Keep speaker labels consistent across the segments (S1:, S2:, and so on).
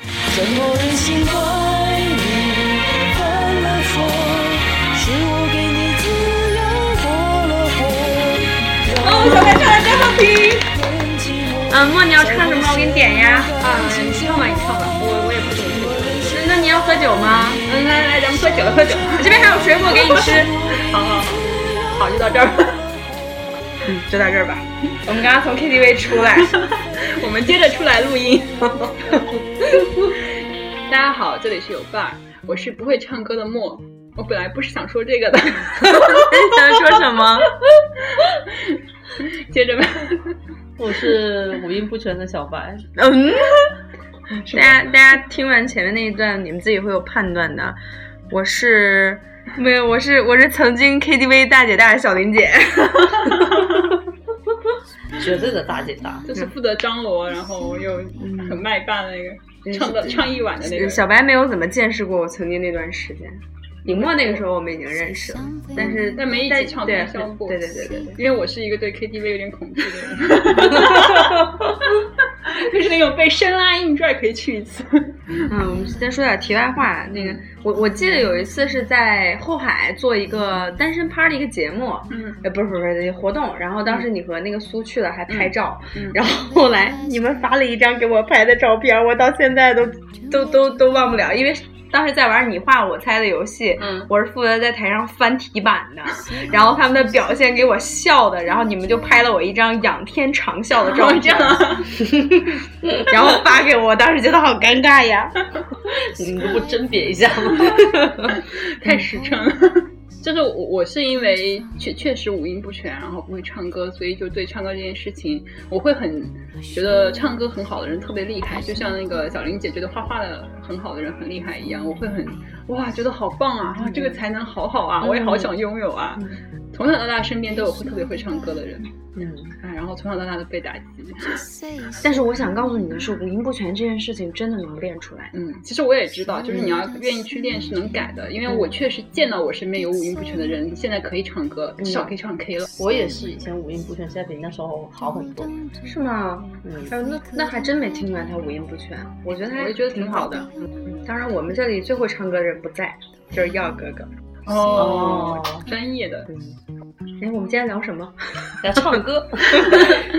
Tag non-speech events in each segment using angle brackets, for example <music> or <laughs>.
S1: 怎么忍心怪你犯了错？是我给你自由活了活。
S2: 哦，小白唱的真好听。
S1: 很寂寞
S2: 嗯，莫你要唱什么？我给你点呀。
S1: 啊
S2: 你唱吧，你唱吧，我我也不懂。那那你要喝酒吗？嗯，来来，咱们喝酒了，喝酒。 <laughs> 这边还有水果给你吃。好好 <laughs> 好，好就到这儿吧。 <laughs> 嗯，就到这儿吧。我们刚刚从 KTV 出 <laughs> 来，我们接着出来录音。 <laughs> 大家好，这里是有伴儿，我是不会唱歌的莫。我本来不是想说这个 <laughs> 的，
S3: 你想说什么？
S2: 接着吧。
S3: 我是五音不全的小白。
S2: 嗯，
S3: 大家大家听完前面那一段，你们自己会有判断的。我是没有，我是我是曾经 KTV 大姐大的小林姐。
S4: 绝对的大姐大。
S2: 就是
S3: 嗯
S2: 负责张罗，然后又很卖办的那个，唱的唱一晚的那个。
S3: 嗯小白没有怎么见识过我曾经那段时间。尹墨那个时候我们已经认识了，但是
S2: 但没一起唱通宵过。
S3: 对对对对对。
S2: 因为我是一个对 KTV 有点恐惧的人，
S3: <laughs>
S2: 就是那种被深拉硬拽可以去一次。
S3: 嗯，我们先说点题外话。那
S2: 嗯
S3: 个，我我记得有一次是在后海做一个单身趴的一个节目，
S2: 嗯，
S3: 呃，不是不是不是活动。然后当时你和那个苏去了，还拍照。
S2: 嗯嗯
S3: 然后后来你们发了一张给我拍的照片，我到现在都都都都忘不了，因为。当时在玩你画我猜的游戏，
S2: 嗯
S3: 我是负责在台上翻题板的， <laughs> 然后他们的表现给我笑的，然后你们就拍了我一张仰天长啸的照
S2: 哦，这
S3: 片
S2: 样，啊，
S3: <laughs> 然后发给我，当时觉得好尴尬呀。
S2: <laughs>
S4: 你们不甄别一下吗？
S2: 太实诚了。 <laughs> 就是我，我是因为确确实五音不全，然后不会唱歌，所以就对唱歌这件事情，我会很觉得唱歌很好的人特别厉害，就像那个小玲姐觉得画画的很好的人很厉害一样，我会很哇觉得好棒啊，哇这个才能好好啊，我也好想拥有啊。从小到大身边都有会特别会唱歌的人，
S4: 嗯，
S2: 啊，然后从小到大都被打击。
S3: 但是我想告诉你的是，五音不全这件事情真的能练出来。
S2: 嗯，其实我也知道，就是你
S4: 嗯
S2: 要愿意去练是能改的，因为我确实见到我身边有五音不全的人，现在可以唱歌，至少可以唱 K 了。
S4: 我也是以前五音不全，现在比那时候好很多。
S3: 是吗？
S4: 嗯，
S3: 哎、那那还真没听出来他五音不全，我觉得他
S2: 我也觉得挺好的。
S3: 嗯当然，我们这里最会唱歌的人不在，就是耀哥哥。
S4: 哦，
S2: 专业的。
S4: 嗯
S3: 哎，我们今天聊什么？ <laughs>
S4: 要唱歌，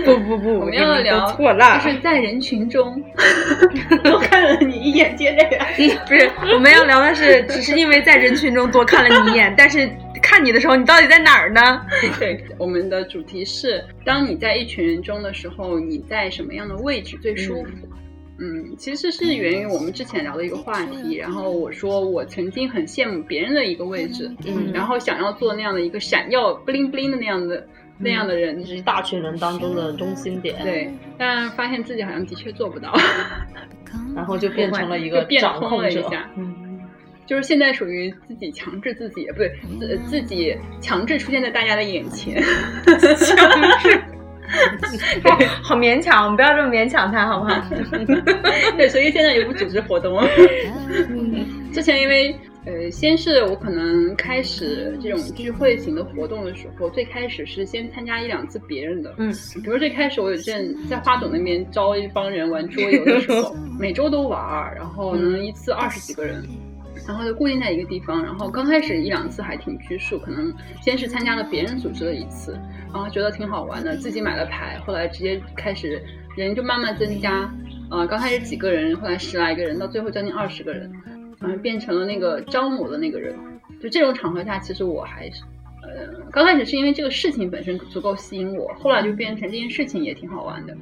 S3: 不不不，
S2: 我们要
S3: 你
S2: 聊
S3: 都错了，
S2: 就是在人群中，都看了你一眼接泪啊。
S3: 不是我们要聊的是，只是因为在人群中多看了你一眼，但是看你的时候，你到底在哪儿呢？ <laughs>
S2: 对，我们的主题是：当你在一群人中的时候，你在什么样的位置最舒服？嗯其实是源于我们之前聊的一个话题。然后我说我曾经很羡慕别人的一个位置，
S3: 嗯
S2: 然后想要做那样的一个闪耀 bling bling 的那样的那样的人。
S4: 就是一大群人当中的中心点，，
S2: 对，
S3: 嗯
S2: 但发现自己好像的确做不到， <laughs>
S4: 然后就变成了一
S2: 就
S4: 个
S2: 变
S4: 掌
S2: 通
S4: 控
S2: 了一
S4: 者。
S2: 下。
S4: 嗯，
S2: 就是现在属于自己强制自己，不对，自自己强制出现在大家的眼前。
S3: <laughs> <laughs> 好勉强，我们不要这么勉强他，好不 <laughs> 好？
S2: 对，所以现在也不组织活动了。之前因为呃，先是我可能开始这种聚会型的活动的时候，最开始是先参加一两次别人的，
S3: 嗯，
S2: 比如最开始我有阵在花总那边招一帮人玩桌游的时候，每周都玩儿，然后能一次二十几个人。然后就固定在一个地方，然后刚开始一两次还挺拘束，可能先是参加了别人组织的一次，然后觉得挺好玩的，自己买了牌，后来直接开始人就慢慢增加，呃，刚开始几个人，后来十来个人，到最后将近二十个人，好像变成了那个招募的那个人。就这种场合下，其实我还是，呃，刚开始是因为这个事情本身足够吸引我，后来就变成这件事情也挺好玩的，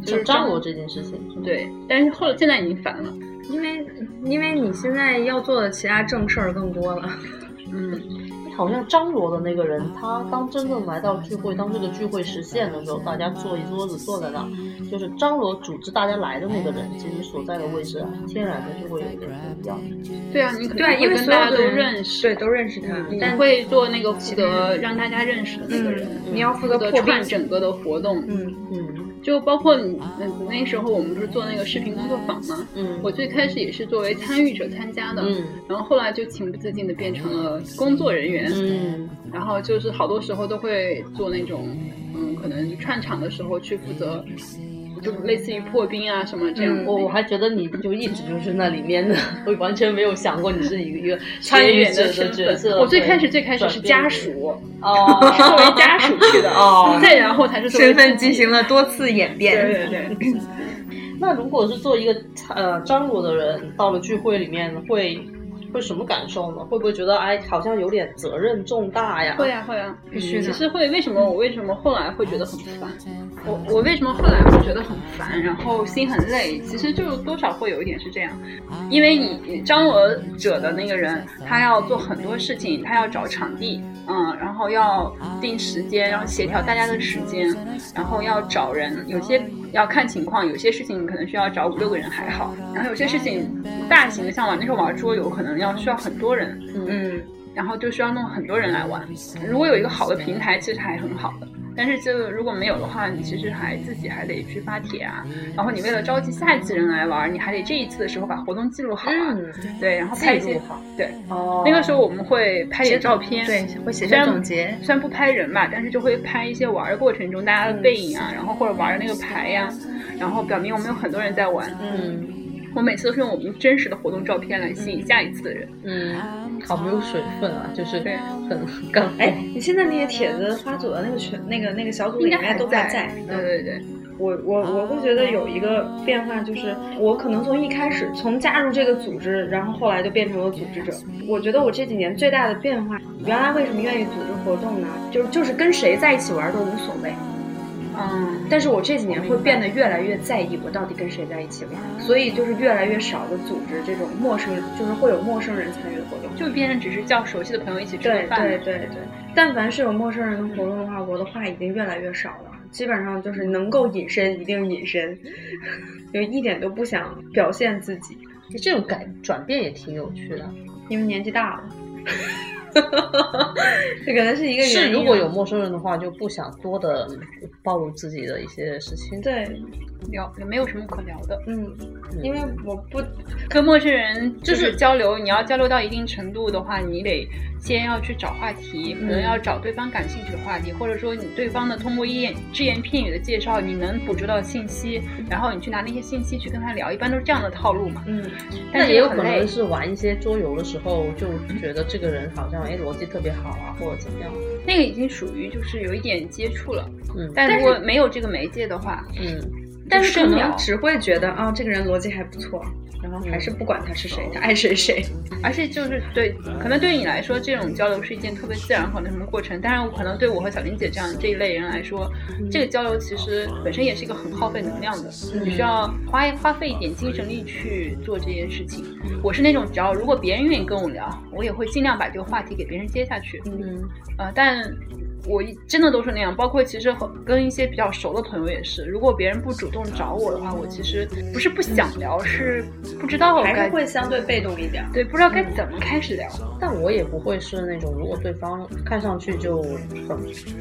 S2: 就
S4: 就是是张罗
S2: 罗
S4: 这件事情。，
S2: 对，但是后来现在已经烦了，
S3: 因为因为你现在要做的其他正事儿更多了。
S2: 嗯。
S4: 好像张罗的那个
S2: 啊
S4: 人，他当真正来到聚会，当这个聚会实现的时候，大家坐一桌子坐在那儿，就是张罗组织大家来的那个人，其实所在的位置啊，天然的就会有一点不一样。
S2: 对啊，你可
S3: 对啊
S2: 能
S3: 因
S2: 会
S3: 为
S2: 跟
S3: 所有
S2: 大家
S3: 的
S2: 都
S3: 人
S2: 认识，
S3: 对，都认识他，
S2: 你
S3: 但
S2: 会做那个负责让大家认识的那个人，
S3: 嗯你要负责
S2: 负责
S3: 破冰
S2: 串整个的活动，
S3: 嗯
S4: 嗯
S2: 就包括你，嗯，那时候我们不是做那个视频工作坊嘛，
S4: 嗯
S2: 我最开始也是作为参与者参加的，
S4: 嗯
S2: 然后后来就情不自禁的变成了工作人员，
S4: 嗯，
S2: 然后就是好多时候都会做那种，嗯，可能串场的时候去负责就是类似于破冰啊什么这样。
S5: 嗯
S4: 我我还觉得你就一直就是那里面的，我完全没有想过你是一个一个
S2: 参与
S4: 与
S2: 者
S4: 者
S2: 的身
S4: 角
S2: 份，
S4: 色。
S2: <laughs> 我最
S4: 对
S2: 开始最开始
S4: 转
S2: 是
S4: 变
S2: 家
S4: 的
S2: 属，
S4: 哦， <laughs>
S2: 是作为家属去的，
S4: 哦
S2: 再然后才是作为
S5: 身份
S2: 自己
S5: 进行了多次演
S2: 对
S5: 变。
S2: 对对，
S4: 那如果是做一个呃张罗的人，到了聚会里面会会什么感受呢？会不会觉得哎，好像有点责任重大呀？
S2: 会啊会啊，
S5: 必须
S2: 其
S5: 的。
S2: 实会为什么我为什么后来会觉得很烦？我我为什么后来会觉得很烦，然后心很累？其实就多少会有一点是这样，因为你张罗者的那个人，他要做很多事情，他要找场地，嗯，然后要定时间，然后协调大家的时间，然后要找人，有些要看情况，有些事情可能需要找五六个人还好，然后有些事情大型的，像玩那时候玩桌游，可能要需要很多人，
S5: 嗯，
S2: 然后就需要弄很多人来玩。如果有一个好的平台，其实还很好的。但是就如果没有的话，你其实还自己还得去发帖啊，然后你为了召集下一次人来玩，你还得这一次的时候把活动记录好啊，
S4: 嗯，
S2: 对，然后拍
S4: 态
S2: 一些
S4: 度，好
S2: 对，
S4: 哦
S2: 那个时候我们会拍点照片，
S5: 对，会写下总结。
S2: 虽然不拍人吧，但是就会拍一些玩儿过程中大家的背影啊，然后或者玩儿那个牌呀、然后表明我们有很多人在玩。
S4: 嗯
S2: 我每次都是用我们真实的活动照片来吸引下一次的人。
S4: 嗯，好没有水分啊，就是
S2: 对
S4: 很干
S3: 哎
S4: 活。，
S3: 你现在那些帖子发组的那个群、那个那个小组里面都还在。
S5: 嗯
S2: 对对对，
S3: 我我我会觉得有一个变化，就是我可能从一开始从加入这个组织，然后后来就变成了组织者。我觉得我这几年最大的变化，原来为什么愿意组织活动呢？就是就是跟谁在一起玩都无所谓。
S2: 嗯。
S3: 但是我这几年会变得越来越在意我到底跟谁在一起玩，所以就是越来越少的组织这种陌生，就是会有陌生人参与的活动。
S2: 就变成只是叫熟悉的朋友一起吃
S3: 对
S2: 个饭。
S3: 对对对，但凡是有陌生人的活动的话，我的话已经越来越少了，基本上就是能够隐身一定隐身， <laughs> 就一点都不想表现自己，
S4: 你这种改转变也挺有趣的。
S3: 因为年纪大了。 <laughs> 这可能是一个原因。啊
S4: 是如果有陌生人的话，就不想多的暴露自己的一些事情。
S3: 对，
S2: 聊也没有什么可聊的，
S3: 嗯，因为我不
S2: 跟陌生人
S3: 就
S2: 就
S3: 是
S2: 交流，你要交流到一定程度的话，你得先要去找话题，可能
S3: 嗯
S2: 要找对方感兴趣的话题，或者说你对方的通过一言只言片语的介绍，你能捕捉到信息，然后你去拿那些信息去跟他聊，一般都是这样的套路嘛。
S3: 嗯，
S2: 但
S4: 但
S2: 是
S4: 也有
S2: 很
S4: 可
S2: 累
S4: 能是玩一些桌游的时候，就觉得这个人好像哎逻辑特别好啊，或者怎么样。
S2: 那个已经属于就是有一点接触了，
S4: 嗯
S2: 但如果没有这个媒介的话，
S4: 嗯，
S2: 但
S3: 就是可
S2: 深聊
S3: 能只会觉得啊、这个人逻辑还不错，然后还是不管他是谁，他爱谁谁。
S2: 而且就是对，可能对你来说，这种交流是一件特别自然和那什么过程。当然，可能对我和小林姐这样这一类人来说，
S3: 嗯
S2: 这个交流其实本身也是一个很耗费能量的，你需要花花费一点精神力去做这件事情。
S3: 嗯
S2: 我是那种只要如果别人愿意跟我聊，我也会尽量把这个话题给别人接下去。
S4: 嗯，
S2: 呃，但我一真的都是那样，包括其实和跟一些比较熟的朋友也是，如果别人不主动找我的话，我其实不是不想聊，是不知道
S3: 还
S2: 该
S3: 是会相对被动一点。
S2: 对不知道该怎么开始聊。
S4: 但我也不会是那种，如果对方看上去就很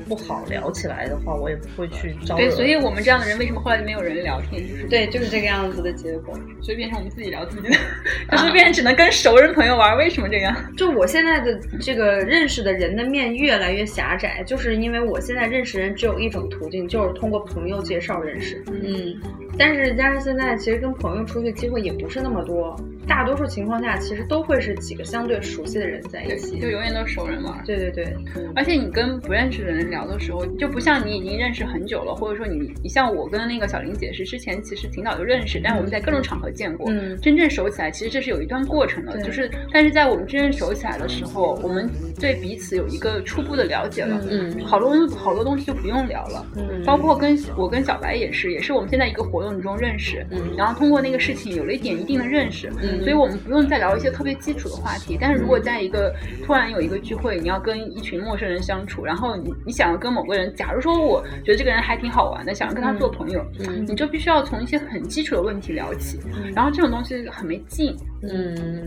S4: 不好聊起来的话，我也不会去招
S2: 对，
S4: 惹。
S2: 所以我们这样的人为什么后来就没有人聊天，就是
S3: 对，就是这个样子的结果。
S2: 所以变成我们自己聊自己的， <laughs> 就是变成只能跟熟人朋友玩，为什么这样？
S3: 就我现在的这个认识的人的面越来越狭窄，就是因为我现在认识人只有一种途径，就是通过朋友介绍认识。
S4: 嗯，
S3: 但是但是现在其实跟朋友出去机会也不是那么多，大多数情况下其实都会是几个相对熟悉的人在一起
S2: 就。永远都是熟人玩。
S3: 对对对，
S2: 而且你跟不认识的人聊的时候，就不像你已经认识很久了，或者说你你像我跟那个小林姐是之前其实挺早就认识，但我们在各种场合见过。
S3: 嗯
S2: 真正熟起来，其实这是有一段过程的，
S3: 对
S2: 就是但是在我们真正熟起来的时候，我们对彼此有一个初步的了解了。
S4: 嗯
S2: 好多东好多东西就不用聊了。
S3: 嗯
S2: 包括跟我跟小白也是，也是我们现在一个活动中认识，
S4: 嗯
S2: 然后通过那个事情有了一点一定的认识，所以我们不用再聊一些特别基础的话题。但是
S4: 嗯
S2: 如果在一个突然有一个聚会，你要跟一群陌生人相处，然后你你想要跟某个人，假如说我觉得这个人还挺好玩的，想要跟他做朋友，
S4: 嗯
S2: 你就必须要从一些很基础的问题聊起，然后这种东西很没劲。
S4: 嗯，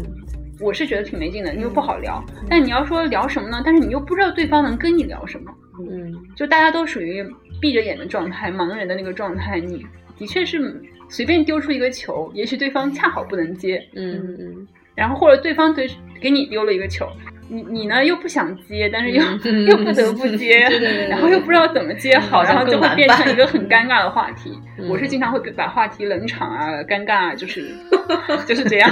S2: 我是觉得挺没劲的，你又不好聊。但你要说聊什么呢？但是你又不知道对方能跟你聊什么。
S4: 嗯，
S2: 就大家都属于闭着眼的状态，盲人的那个状态，你的确是随便丢出一个球，也许对方恰好不能接，
S4: 嗯，嗯，
S2: 然后或者对方对给你丢了一个球，你你呢又不想接，但是 <laughs> 又、
S3: 嗯
S2: 又不得不接，然后又不知道怎么接好，
S4: 嗯
S2: 然后就
S4: 更
S2: 会
S4: 难
S2: 变
S4: 办
S2: 成一个很尴尬的话
S3: <laughs>
S2: 题。
S4: 嗯
S2: 我是经常会把话题冷场啊、尴尬啊，就是 <laughs> 就是这样。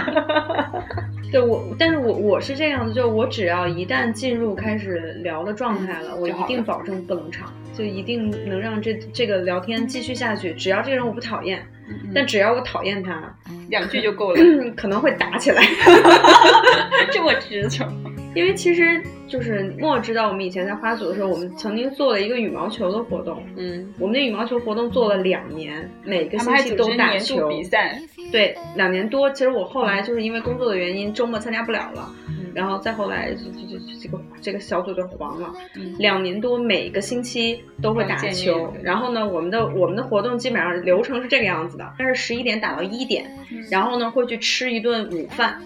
S3: 对我，但是我我是这样的，就我只要一旦进入开始聊的状态了，我
S2: 嗯就
S3: 一
S2: 好了
S3: 定保证不冷场，就一定能让这这个聊天继续下去。只要这个人我不讨厌，
S2: <laughs> 嗯
S3: 但只要我讨厌他，
S2: 两句就够了，
S3: 嗯可能会打起来。
S2: <laughs> 这么直球。
S3: 因为其实就是莫知道，我们以前在花组的时候，我们曾经做了一个羽毛球的活动，
S2: 嗯，
S3: 我们的羽毛球活动做了两年，每个
S2: 他
S3: 星
S2: 们还
S3: 期
S2: 组
S3: 都
S2: 织
S3: 打
S2: 年
S3: 球
S2: 度。比赛，
S3: 对，两年多。其实我后来就是因为工作的原因，周末参加不了了，
S2: 嗯
S3: 然后再后来就就就就这个这个小组就黄了。两年多，每个星期都会打
S2: 啊见面
S3: 球
S2: 对。
S3: 然后呢，我们的我们的活动基本上流程是这个样子的：，但是十一点打到一点，然后呢会去吃一顿午饭，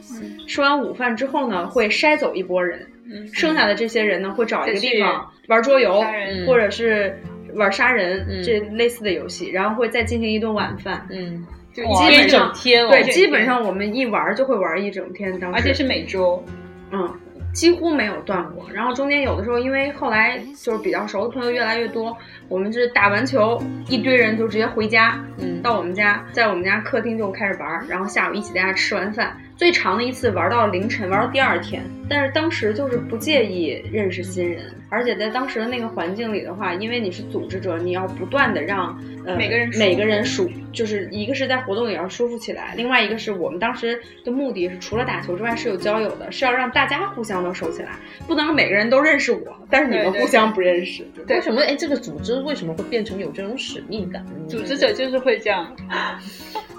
S3: 吃完午饭之后呢会筛走一波人，
S2: 嗯
S3: 剩下的这些人呢会找一个
S2: 再
S3: 地
S2: 去
S3: 方玩桌游
S2: 杀人
S3: 或者是玩杀人、
S4: 嗯
S3: 这类似的游戏，然后会再进行一顿晚饭。
S4: 嗯，
S2: 就
S3: 哇
S2: 基
S3: 这
S2: 本
S3: 种
S2: 上，
S4: 天
S3: 对，
S2: 这
S3: 基本上我们一玩就会玩一整天，当时
S2: 而且是每周。
S3: 嗯，几乎没有断过。然后中间有的时候，因为后来就是比较熟的朋友越来越多，我们是打完球一堆人就直接回家，
S4: 嗯
S3: 到我们家，在我们家客厅就开始玩儿，然后下午一起大家吃完饭，最长的一次玩到凌晨，玩到第二天。但是当时就是不介意认识新人，而且在当时的那个环境里的话，因为你是组织者，你要不断的让呃
S2: 每个人舒服
S3: 每个人舒，就是一个是在活动里要舒服起来，另外一个是我们当时的目的是除了打球之外是有交友的，是要让大家互相都熟起来，不能每个人都认识我，但是你们
S2: 对对
S3: 互相不认识。对
S4: 为什么哎，这个组织为什么会变成有这种使命感？
S2: 组织者就是会这样，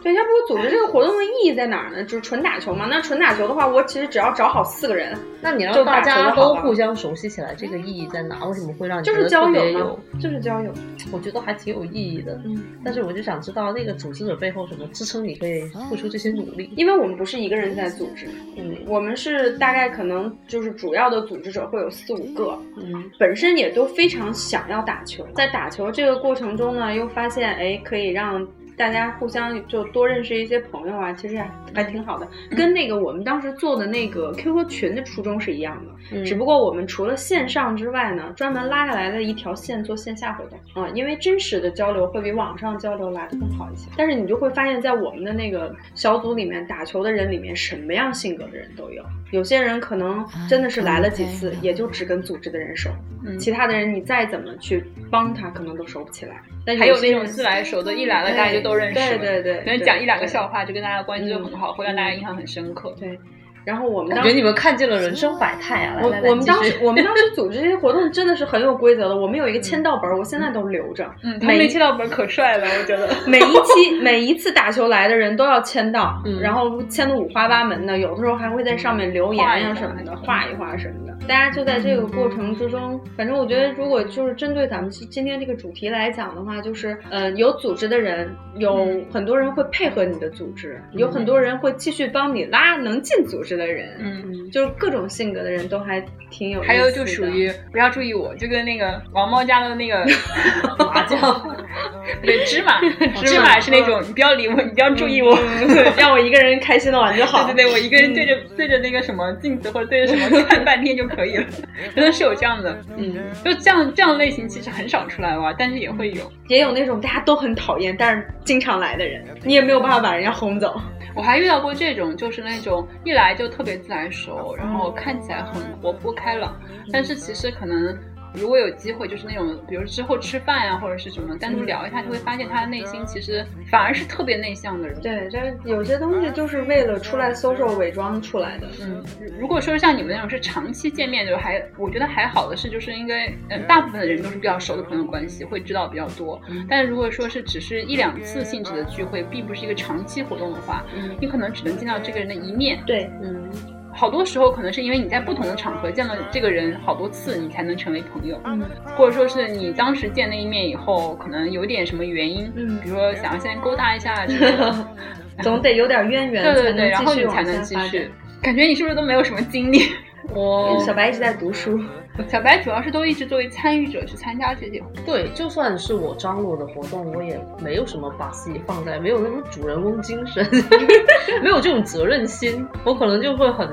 S3: 对，要不我组织这个活动的意义在哪儿呢？就是纯打球嘛。那纯打球的话，我其实只要找好四个人，
S4: 那你
S3: 就
S4: 让大
S3: 打球就
S4: 家
S3: 好
S4: 都
S3: 了
S4: 互相熟悉起来，这个意义在哪？为什么会让你
S3: 就
S4: 觉
S3: 是
S4: 得
S3: 交
S4: 特
S3: 友
S4: 别
S3: 嘛
S4: 有？，
S3: 就是交友。
S4: 我觉得还挺有意义的。
S3: 嗯，
S4: 但是我就想知道那个组织者背后什么支撑你会付出这些努力？
S3: 因为我们不是一个人在组织，
S4: 嗯
S3: 我们是大概可能就是主要的组织者会有四五个，
S4: 嗯
S3: 本身也都非常想要打球，在打球这个过程中呢，又发现哎，可以让大家互相就多认识一些朋友啊，其实还还挺好的，
S4: 嗯
S3: 跟那个我们当时做的那个 QQ 群的初衷是一样的，
S4: 嗯
S3: 只不过我们除了线上之外呢，专门拉下来了一条线做线下活动啊、因为真实的交流会比网上交流来的更好一些。但是你就会发现，在我们的那个小组里面，打球的人里面，什么样性格的人都有。有些人可能真的是来了几次，也就只跟组织的人熟，
S2: 嗯
S3: 其他的人你再怎么去帮他，可能都熟不起来。但
S2: 还有
S3: 些
S2: 那
S3: 人
S2: 种自来熟的，一来了大家就都认识
S3: 对
S2: 了，
S3: 对对，
S2: 可能
S3: 对
S2: 讲一两个。
S3: 对
S2: 笑话就跟大家关系就很好，会让大家印象很深刻。
S3: 对，然后我们
S4: 感
S3: 当
S4: 觉你们看见了人生百态啊！来
S3: 我
S4: 来来
S3: 我们当
S4: 继
S3: 时
S4: 续
S3: 我们当时组织这些活动真的是很有规则的，我们有一个签到本儿，我现在都留着。
S2: 嗯，他们
S3: 每
S2: 那签到本可帅了，我觉得。
S3: 每一
S2: <laughs>
S3: 期每一次打球来的人都要签到，
S4: 嗯
S3: 然后签的五花八门的，有的时候还会在上面留言
S2: 画一
S3: 呀
S2: 画
S3: 什么的，画一画什么的。大家就在这个过程之中，反正我觉得，如果就是针对咱们今天这个主题来讲的话，就是呃，有组织的人，有
S2: 嗯
S3: 很多人会配合你的组织，有很多人会继续帮你拉能进组织的人，
S2: 嗯，
S3: 就是各种性格的人都还挺有意思的。
S2: <laughs> 还有就属于不要注意我，就跟那个王猫家的那个麻将，对芝麻，芝麻是那种你不要理我，你不要注意我。
S3: <laughs> 让我一个人开心的玩就好。
S2: 对对对，我一个人对着、对着那个什么镜子或者对着什么看半天就可以了，真的是有这样的，
S4: 嗯，
S2: 就这样这样的类型其实很少出来玩，但是也会有。
S3: 也有那种大家都很讨厌，但是经常来的人，你也没有办法把人家轰走。
S2: 我还遇到过这种，就是那种一来就特别自来熟，然后看起来很活泼开朗，但是其实可能如果有机会，就是那种比如之后吃饭啊呀、或者是什么单独聊一下，就会发现他的内心其实反而是特别内向的人。
S3: 对，但是有些东西就是为了出来 social 伪装出来的。
S2: 嗯，如果说像你们那种是长期见面，就还我觉得还好的是，就是应该，
S3: 啊
S2: 嗯，大部分的人都是比较熟的朋友关系，会知道比较多。
S3: 嗯
S2: 但如果说是只是一两次性质的聚会，并不是一个长期活动的话，
S3: 嗯，
S2: 你可能只能见到这个人的一面。
S3: 对，
S4: 嗯
S2: 好多时候可能是因为你在不同的场合见了这个人好多次，你才能成为朋友，
S3: 嗯
S2: 或者说是你当时见那一面以后，可能有点什么原因，
S3: 嗯
S2: 比如说想要先勾搭一下这
S3: <laughs>
S2: 个，
S3: 总得有点渊源，
S2: 对对对，
S3: 才
S2: 然
S3: 能
S2: 后
S3: 继续
S2: 你
S3: 往
S2: 才
S3: 下
S2: 能继
S3: 发展
S2: 续。。感觉你是不是都没有什么经历？
S4: 我
S3: <laughs> 小白一直在读书，
S2: 小白主要是都一直作为参与者去参加这些活动，
S4: 对，就算是我张罗的活动，我也没有什么把自己放在，没有那种主人翁精神， <laughs> 没有这种责任心，我可能就会很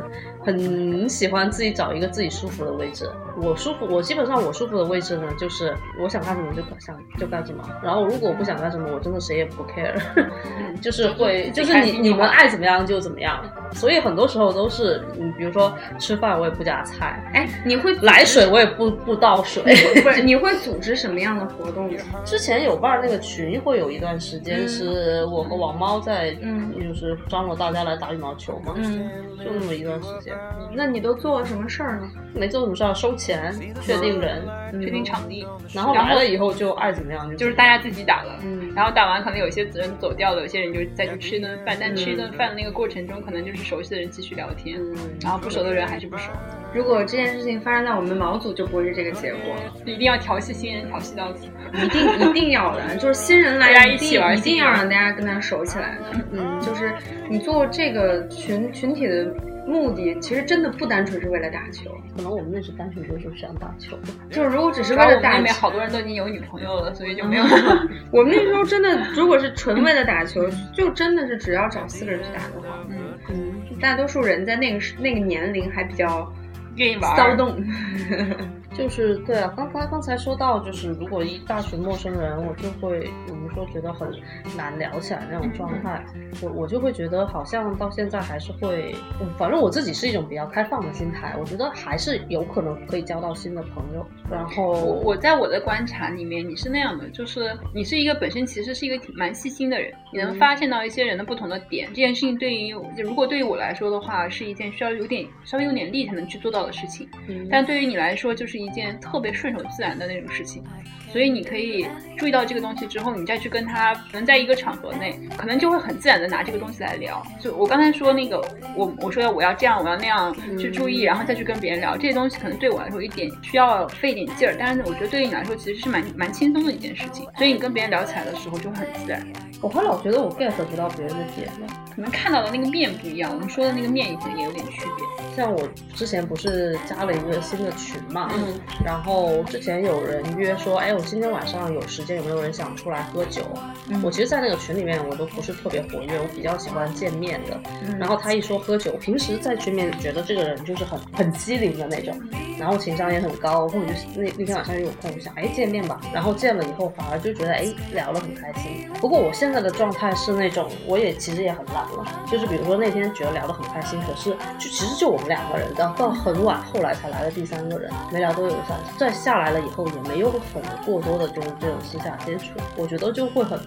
S4: 很喜欢自己找一个自己舒服的位置。我舒服，我基本上我舒服的位置呢，就是我想干什么就想就干什么，然后如果我不想干什么，我真的谁也不 care，就是
S2: 嗯
S4: 会
S2: 就
S4: 就是是
S2: 开心
S4: 你
S2: 就
S4: 你们
S2: 好
S4: 爱怎么样就怎么样。所以很多时候都是，嗯，比如说吃饭我也不加菜，
S6: 哎，你会
S4: 来水我也不不倒水。
S6: 不是？你会组织什么样的活动呢？
S4: 之前有伴儿那个群会有一段时间是我和王猫在，
S6: 嗯
S4: 就是张罗大家来打羽毛球嘛，
S6: 嗯，
S4: 就那么一段时间，
S6: 那你都做了什么事儿呢？
S4: 没做什么事儿，收钱，确定人，
S2: 确定场地，
S4: 然后来了以后就爱怎么样就
S2: 嗯就
S4: 怎
S2: 是
S4: 么
S2: 大
S4: 样
S2: 家自己打了。
S6: 嗯，
S2: 然后打完，可能有些责任走掉了，有些人就再去吃一顿饭。但吃一顿饭的那个过程中，可能就是熟悉的人继续聊天，
S3: 嗯
S2: 然后不熟的人还是不熟，
S6: 如果这件事情发生在我们毛组，就不会是这个结果。
S2: 一定要调戏新人，调戏到底。
S6: 一定一定要的，就是新人来
S2: 大家一
S6: 一定
S2: 起玩
S6: 一定
S2: 新
S6: 要
S2: 人
S6: 让大家跟他熟起来的。嗯，就是你做这个群群体的目的，其实真的不单纯是为了打球，
S4: 可能我们那时候单纯就是想打球，
S6: 就是如果只是
S2: 主
S6: 为
S2: 要我
S6: 了
S2: 们那
S6: 打
S2: 边
S6: 球，
S2: 好多人都已经有女朋友了，所以就没有。 <laughs>
S6: 我们那时候真的如果是纯为了打球，就真的是只要找四个人去打的话，
S2: 嗯，
S6: 大多数人在那个时那个年龄还比较
S2: 愿意玩儿
S6: 骚动。
S4: 就是对啊，刚刚刚才说到就是如果一大群陌生人，我就会我们说觉得很难聊起来那种
S2: 嗯
S4: 状态，我我就会觉得好像到现在还是会，嗯反正我自己是一种比较开放的心态，我觉得还是有可能可以交到新的朋友。然后
S2: 我我在我的观察里面，你是那样的，就是你是一个本身其实是一个挺蛮细心的人，你能发现到一些人的不同的点。这件事情对于我如果对于我来说的话，是一件需要有点稍微有点力才能去做到的事情，
S4: 嗯
S2: 但对于你来说，就是一件特别顺手自然的那种事情。所以你可以注意到这个东西之后，你再去跟他，可能在一个场合内，可能就会很自然的拿这个东西来聊。就我刚才说那个，我我说要我要这样，我要那样去注意，然后再去跟别人聊这些东西，可能对我来说一点需要费一点劲儿，但是我觉得对于你来说其实是蛮蛮轻松的一件事情。所以你跟别人聊起来的时候就会很自然，
S4: 我还老觉得我 get 不到别人的点呢。
S2: 可能看到的那个面不一样，我们说的那个面可能也有点区别。
S4: 像我之前不是加了一个新的群嘛，
S2: 嗯
S4: 然后之前有人约说，哎，我今天晚上有时间，有没有人想出来喝酒？
S2: 嗯
S4: 我其实，在那个群里面，我都不是特别活跃，我比较喜欢见面的。然后他一说喝酒，我平时在群里面觉得这个人就是很很机灵的那种，然后情商也很高，或者就是那那天晚上又有空，就想哎见面吧。然后见了以后，反而就觉得哎聊得很开心。不过我现在的状态是那种，我也其实也很懒了，就是比如说那天觉得聊得很开心，可是就其实就我们两个人，然后到很晚，后来才来的第三个人，没聊多久上，再下来了以后也没有很过多的就是这种私下接触，我觉得就会很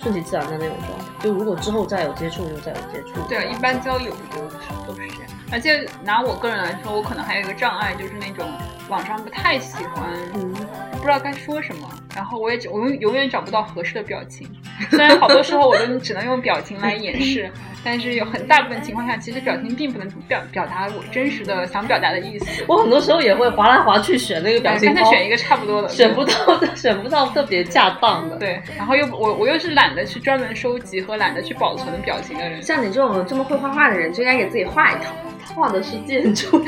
S4: 顺其自然的那种状态。就如果之后再有接触，就再有接触。
S2: 对，啊一般交友都是都是这样。而且拿我个人来说，我可能还有一个障碍，就是那种网上不太喜欢
S4: 嗯。
S2: 不知道该说什么，然后我也只我永永远找不到合适的表情。虽然好多时候我都只能用表情来掩
S4: <laughs>
S2: 饰，但是有很大部分情况下，其实表情并不能表表达我真实的想表达的意思。
S4: 我很多时候也会划来划去选那个表情
S2: 刚才
S4: 包，
S2: 选一个差不多的，
S4: 选不到选不到特别恰当的。
S2: 对，然后又我我又是懒得去专门收集和懒得去保存表情的人。
S6: 像你这种这么会画画的人，就应该给自己画一套，
S4: 画的是建筑， <laughs>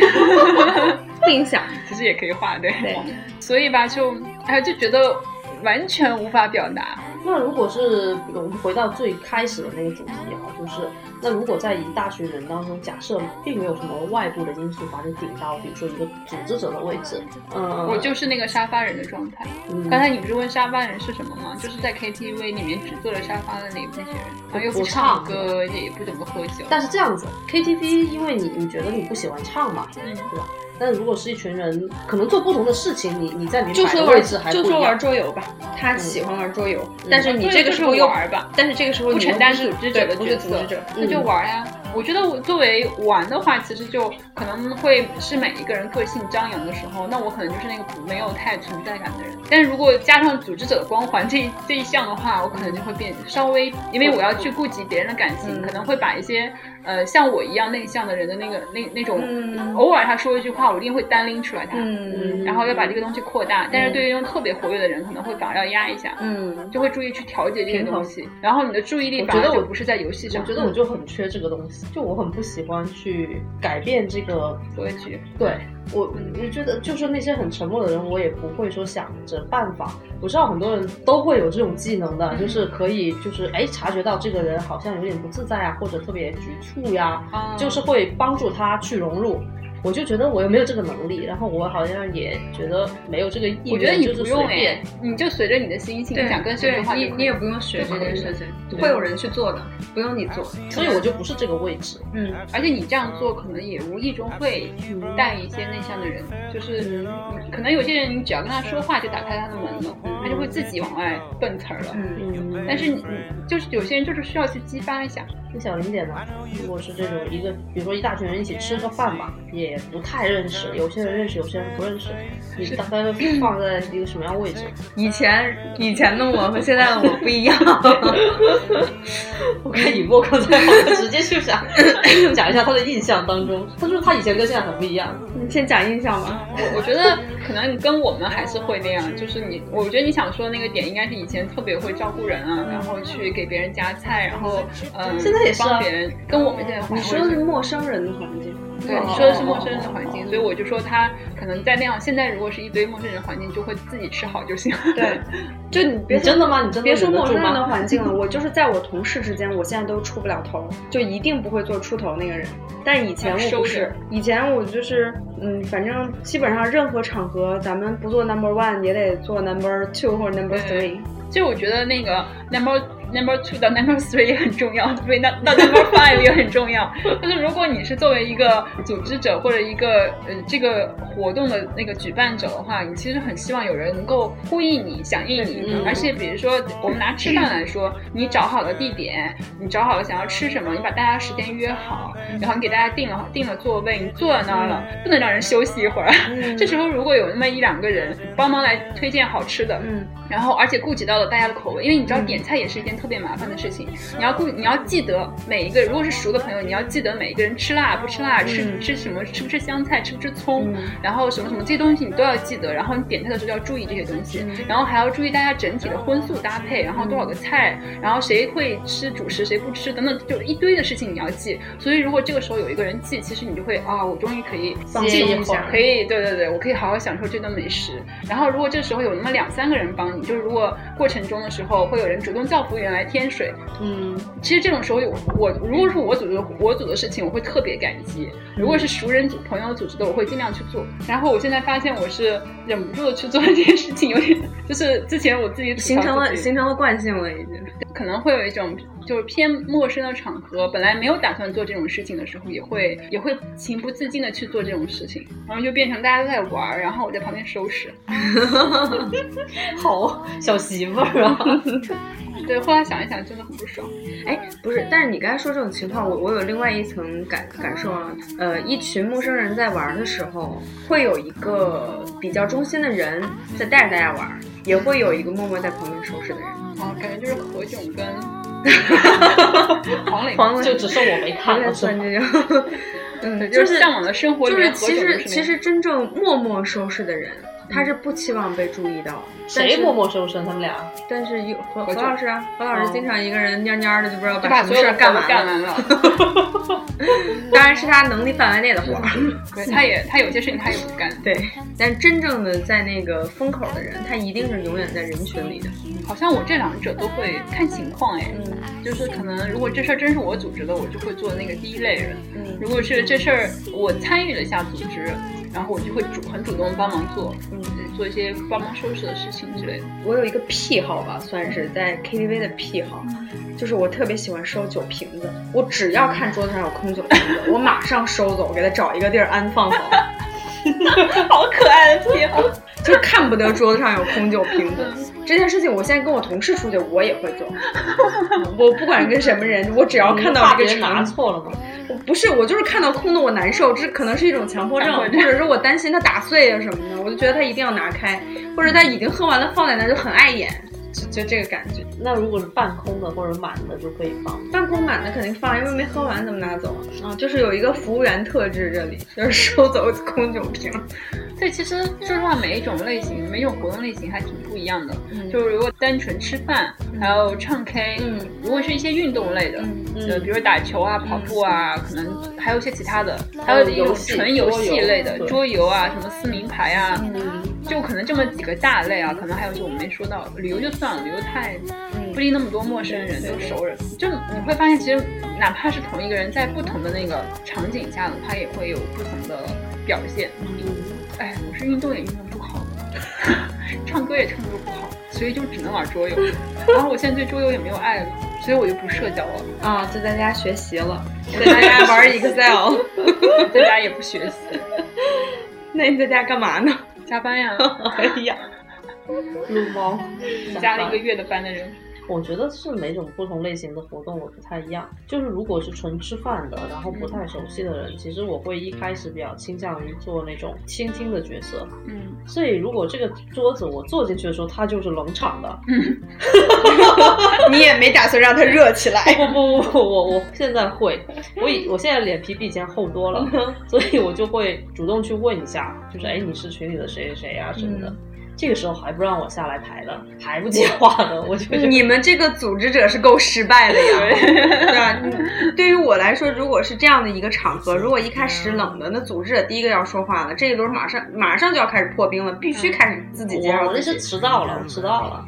S6: 不影响。
S2: 其实也可以画对，
S6: 对
S2: 所以吧，就哎就觉得完全无法表达。
S4: 那如果是我们回到最开始的那个主题也好，就是那如果在一大群人当中，假设并没有什么外部的因素把你顶到，比如说一个组织者的位置，嗯，
S2: 我就是那个沙发人的状态。
S4: 嗯
S2: 刚才你不是问沙发人是什么吗？就是在 KTV 里面只坐着沙发的那那些人，然后又不唱歌，也不怎么喝酒。
S4: 但是这样子，KTV 因为你你觉得你不喜欢唱嘛，
S2: 嗯
S4: 对吧？但如果是一群人，可能做不同的事情，你你在你
S6: 就
S4: 摆
S6: 说
S4: 的
S6: 玩
S4: 位置还
S6: 就
S4: 不一
S6: 说玩
S4: 样。
S6: 桌游吧，他喜欢玩桌游，
S2: 嗯
S6: 但是你
S2: 对
S6: 这
S2: 就
S6: 个时
S2: 是
S6: 候又
S2: 玩儿吧，
S6: 但是这个时候
S2: 不
S6: 你又
S2: 承担
S6: 不是
S2: 组织者
S6: 对
S2: 的
S6: 不
S2: 角
S6: 是组
S2: 色
S6: 织者，，嗯
S2: 那就玩呀、我觉得我作为玩的话，其实就可能会是每一个人个性张扬的时候，那我可能就是那个不没有太存在感的人。但是如果加上组织者的光环这一这一项的话，我可能就会变稍微，因为我要去顾及别人的感
S4: 嗯
S2: 情，可能会把一些呃像我一样内向的人的那个那那种、
S6: 嗯
S2: 偶尔他说一句话，我一定会单拎出来他，
S6: 嗯
S2: 然后要把这个东西扩大。但是对于那种特别活跃的人，可能会反而要压一下。
S6: 嗯，
S2: 你就会注意去调节这些
S4: 平衡
S2: 东西，然后你的注意力
S4: 我
S2: 反
S4: 觉
S2: 而
S4: 得
S2: 就
S4: 我
S2: 不是在游戏上，
S4: 我觉得我就很缺这个东西，就我很不喜欢去改变这个
S2: 格局。
S4: 对，我嗯我觉得就是那些很沉默的人，我也不会说想着办法。我知道很多人都会有这种技能的，就是
S2: 嗯
S4: 可以就是哎察觉到这个人好像有点不自在啊，或者特别局促呀、
S3: 哦
S4: 就是会帮助他去融入。我就觉得我又没有这个能力，然后我好像也觉得没有这个意愿，
S2: 我觉得你
S4: 就是
S2: 不
S4: 随
S2: 用
S4: 便
S2: 哎。，你就随着你的心情，
S3: 对
S2: 你想跟谁说话
S3: 对
S2: 就
S3: 你
S2: 可以
S3: 你也不用学这件事情，
S2: 哎
S4: 对
S3: 会有人去做的，不用你做。
S4: 所以我就不是这个位置。
S3: 嗯，
S2: 而且你这样做，可能也无意中会带一些内向的人，就是
S4: 嗯
S2: 可能有些人，你只要跟他说话就打开他的门了，他就会自己往外蹦词儿了。
S3: 嗯
S4: 嗯，
S2: 但是你你就是有些人就是需要去激发一下，
S4: 那小林姐呢？如果是这种一个，比如说一大群人一起吃个饭吧，也不太认识，有些人认识，有些人不认识，你大概会放在一个什么样位置？
S3: 以前以前的我和现在的我不一样。
S4: <laughs> 我看尹默刚才好像直接就 <laughs> 想啊讲一下他的印象当中，他说他以前跟现在很不一样。
S3: <laughs> 你先讲印象吧。
S2: 我我觉得可能跟我们还是会那样，就是你，我觉得你想说那个点，应该是以前特别会照顾人啊，然后去给别人夹菜，然后嗯，
S4: 现在也是啊
S2: 帮别人，跟我们现在环
S6: 你
S2: 境
S6: 说的是陌生人的环境，
S2: 对，你说
S4: 哦
S2: 的是陌生人的环境，所以我就说他可能在那样，现在如果是一堆陌生人的环境，就会自己吃好就行。
S3: <laughs>
S6: 对，就你别
S4: 你真的吗？你真的
S6: 别说
S4: 忍得
S6: 陌
S4: 住
S6: 生人的
S4: 吗？
S6: 环境了，我就是在我同事之间，我现在都出不了头，就一定不会做出头那个人。但以
S4: 啊
S6: 前我不
S2: 收着
S6: 是，以前我就是，嗯，反正基本上任何场合，咱们不做 number one 也得做 number two 或者 number
S2: 对
S6: three。
S2: 就我觉得那个 number number two 到 number three 也很重要，对，那到 number five 也很重要。 <laughs> 就是如果你是作为一个组织者或者一个呃这个活动的那个举办者的话，你其实很希望有人能够呼应你、响应你
S4: 嗯。
S2: 而且比如说我们拿吃饭来说，你找好了地点，你找好了想要吃什么，你把大家时间约好，
S4: 嗯
S2: 然后你给大家定了定了座位，你坐在那儿了，不能让人休息一会儿。这时候如果有那么一两个人帮忙来推荐好吃的，
S6: 嗯，
S2: 然后而且顾及到了大家的口味，因为你知道点菜也是一件特别麻烦的事情，你要顾你要记得每一个，如果是熟的朋友，你要记得每一个人吃辣不吃辣，吃吃什么，吃不吃香菜，吃不吃
S6: 嗯
S2: 葱，然后什么什么这些东西你都要记得，然后你点菜的时候要注意这些东西，然后还要注意大家整体的荤素搭配，然后多少个菜，然后谁会吃主食，谁不吃等等，就一堆的事情你要记。所以如果这个时候有一个人记，其实你就会啊，我终于可以
S4: 放
S2: 静
S4: 松一
S2: 下
S4: 下
S2: 可以，对对对，我可以好好享受这顿美食。然后如果这时候有那么两三个人帮你，就是如果过程中的时候会有人主动叫服务员来添水，
S4: 嗯，
S2: 其实这种时候有我，如果是我组织的我组的事情，我会特别感激；如果是熟人组朋友组织的，我会尽量去做。然后我现在发现我是忍不住的去做这件事情，有点就是之前我自己吐槽
S3: 形成了
S2: 自己
S3: 形成了惯性了，已经。
S2: 可能会有一种就是偏陌生的场合，本来没有打算做这种事情的时候，也会也会情不自禁的去做这种事情，然后就变成大家都在玩儿，然后我在旁边收拾。
S4: 好，小媳妇儿啊， <laughs>
S2: 对，后来想一想，真的很不爽。
S3: 哎，不是，但是你刚才说这种情况，我我有另外一层感感受啊。呃，一群陌生人在玩的时候，会有一个比较中心的人在带着大家玩，也会有一个默默在旁边收拾的人。
S2: 哦，感觉就是何炅跟 <laughs> 黄磊，
S3: 黄磊
S4: 就只剩我 <laughs> 没看了，
S3: 也
S4: 是
S3: 算
S4: 吧？
S3: 这
S2: <laughs>
S3: 种，嗯，
S2: 就
S3: 就是是
S2: 向往的生活里
S3: 就是
S2: 面，何炅
S3: 其实
S2: 是那嗯
S3: 其实真正默默收拾的人，他是不期望被注意到。但
S4: 谁
S3: 是
S4: 默默收身？他们俩
S3: 但是有何何
S2: 何炅
S3: 老师啊，何老师
S4: 哦
S3: 经常一个人蔫蔫的，就不知道
S2: 就
S3: 把什
S2: 把所
S3: 么
S2: 有
S3: 事
S2: 的
S3: 儿干
S2: 活都
S3: 完
S2: 干
S3: 了。
S2: 完了。
S3: 当然是他能力范围内的活儿。
S2: 对，他也他有些事情他也不干，
S3: 对，但真正的在那个风口的人，他一定是永远在人群里的。
S2: 好像我这两者都会看情况哎，
S4: 嗯
S3: 嗯
S2: 就是可能如果这事儿真是我组织的，我就会做那个第一类人。
S3: 嗯，
S2: 如果是这事儿我参与了一下组织，然后我就会主很主动帮忙做，嗯，做一些帮忙收拾的事情之类的。
S6: 我有一个癖好吧，算是在 KTV 的癖好，
S4: 嗯
S6: 就是我特别喜欢收酒瓶子。我只要看桌子上有空酒瓶子，我马上收走，给它找一个地儿安放好。
S2: 好可爱的癖好，
S6: 就看不得桌子上有空酒瓶子。
S4: 嗯
S6: 这件事情，我现在跟我同事出去，我也会做。我不管跟什么人，我只要看
S4: 怕
S6: 到这
S4: 别
S6: 个
S4: 人拿
S6: 场景，
S4: 错了吗？
S6: 我不是我就是看到空的我难受，这可能是一种强迫症，
S2: 强迫
S6: 或
S2: 症
S6: 者是我担心它打碎啊什么的，我就觉得它一定要拿开，或者它已经喝完了放在那儿就很碍眼，就就这个感觉。
S4: 那如果是半空的或者满的就可以放。
S6: 半空满的肯定放，因为没喝完怎么拿走啊？啊，就是有一个服务员特质，这里就是收走空酒瓶。
S2: 对，其实说实话，每一种类型、每一种活动类型还挺不一样的。
S3: 嗯
S2: 就是如果单纯吃饭，还有唱 K，
S3: 嗯，
S2: 如果是一些运动类的，
S6: 嗯
S2: 呃，比如打球啊、跑步啊，可能还有一些其他的，还有一种
S4: 游戏
S2: 纯游
S4: 桌
S2: 戏
S4: 游
S2: 类的，
S4: 对嗯
S2: 桌游啊，什么撕名牌啊，就可能这么几个大类啊，可能还有就我们没说到，旅游就算了，旅游太
S4: 嗯
S2: 不一定那么多陌生人，都是熟人，就你会发现，其实哪怕是同一个人，在不同的那个场景下，他也会有不同的表现。
S4: 嗯
S2: 哎，我是运动也运动不好， <laughs> 唱歌也唱歌不好，所以就只能玩桌游。然后我现在对桌游也没有爱了，所以我就不社交了，
S3: 啊，就在家学习
S6: <laughs>
S3: 了，在家玩 <laughs> Excel。
S2: 在家也不学习，
S3: 那你在家干嘛呢？
S2: <laughs> 加班 <laughs> 呀，
S3: 哎呀，
S4: 撸 <laughs> 猫，
S2: 加了一个月的班的人，
S4: 我觉得是每种不同类型的活动我不太一样，就是如果是纯吃饭的，然后不太熟悉的人，其实我会一开始比较倾向于做那种倾听的角色。
S2: 嗯。
S4: 所以如果这个桌子我坐进去的时候，它就是冷场的。
S3: 你也没打算让它热起来。
S6: <laughs>
S4: 不不不，我我现在会，我以我现在脸皮比以前厚多了，所以我就会主动去问一下，就是哎，你是群里的谁谁谁啊什么的。这个时候还不让我下来排的，还不接话的，我就觉得
S3: 嗯你们这个组织者是够失败的呀， <laughs> 对吧？你对于我来说，如果是这样的一个场合，如果一开始冷的，那组织者第一个要说话了，这一轮马上马上就要开始破冰了，必须开始自己介
S4: 我
S3: 绍
S4: 我那
S3: 自己。
S4: 是迟到了，我迟到了。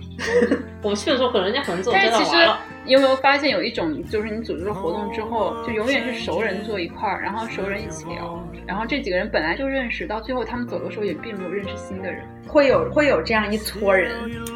S4: 我去的时候，可能人家可能走
S2: 但
S4: 街
S2: 是
S4: 道
S2: 其实
S4: 玩了。，
S2: 你有没有发现有一种，就是你组织了活动之后，就永远是熟人坐一块儿，然后熟人一起聊，然后这几个人本来就认识，到最后他们走的时候也并没有认识新的人。
S3: 会有会有这样一撮人，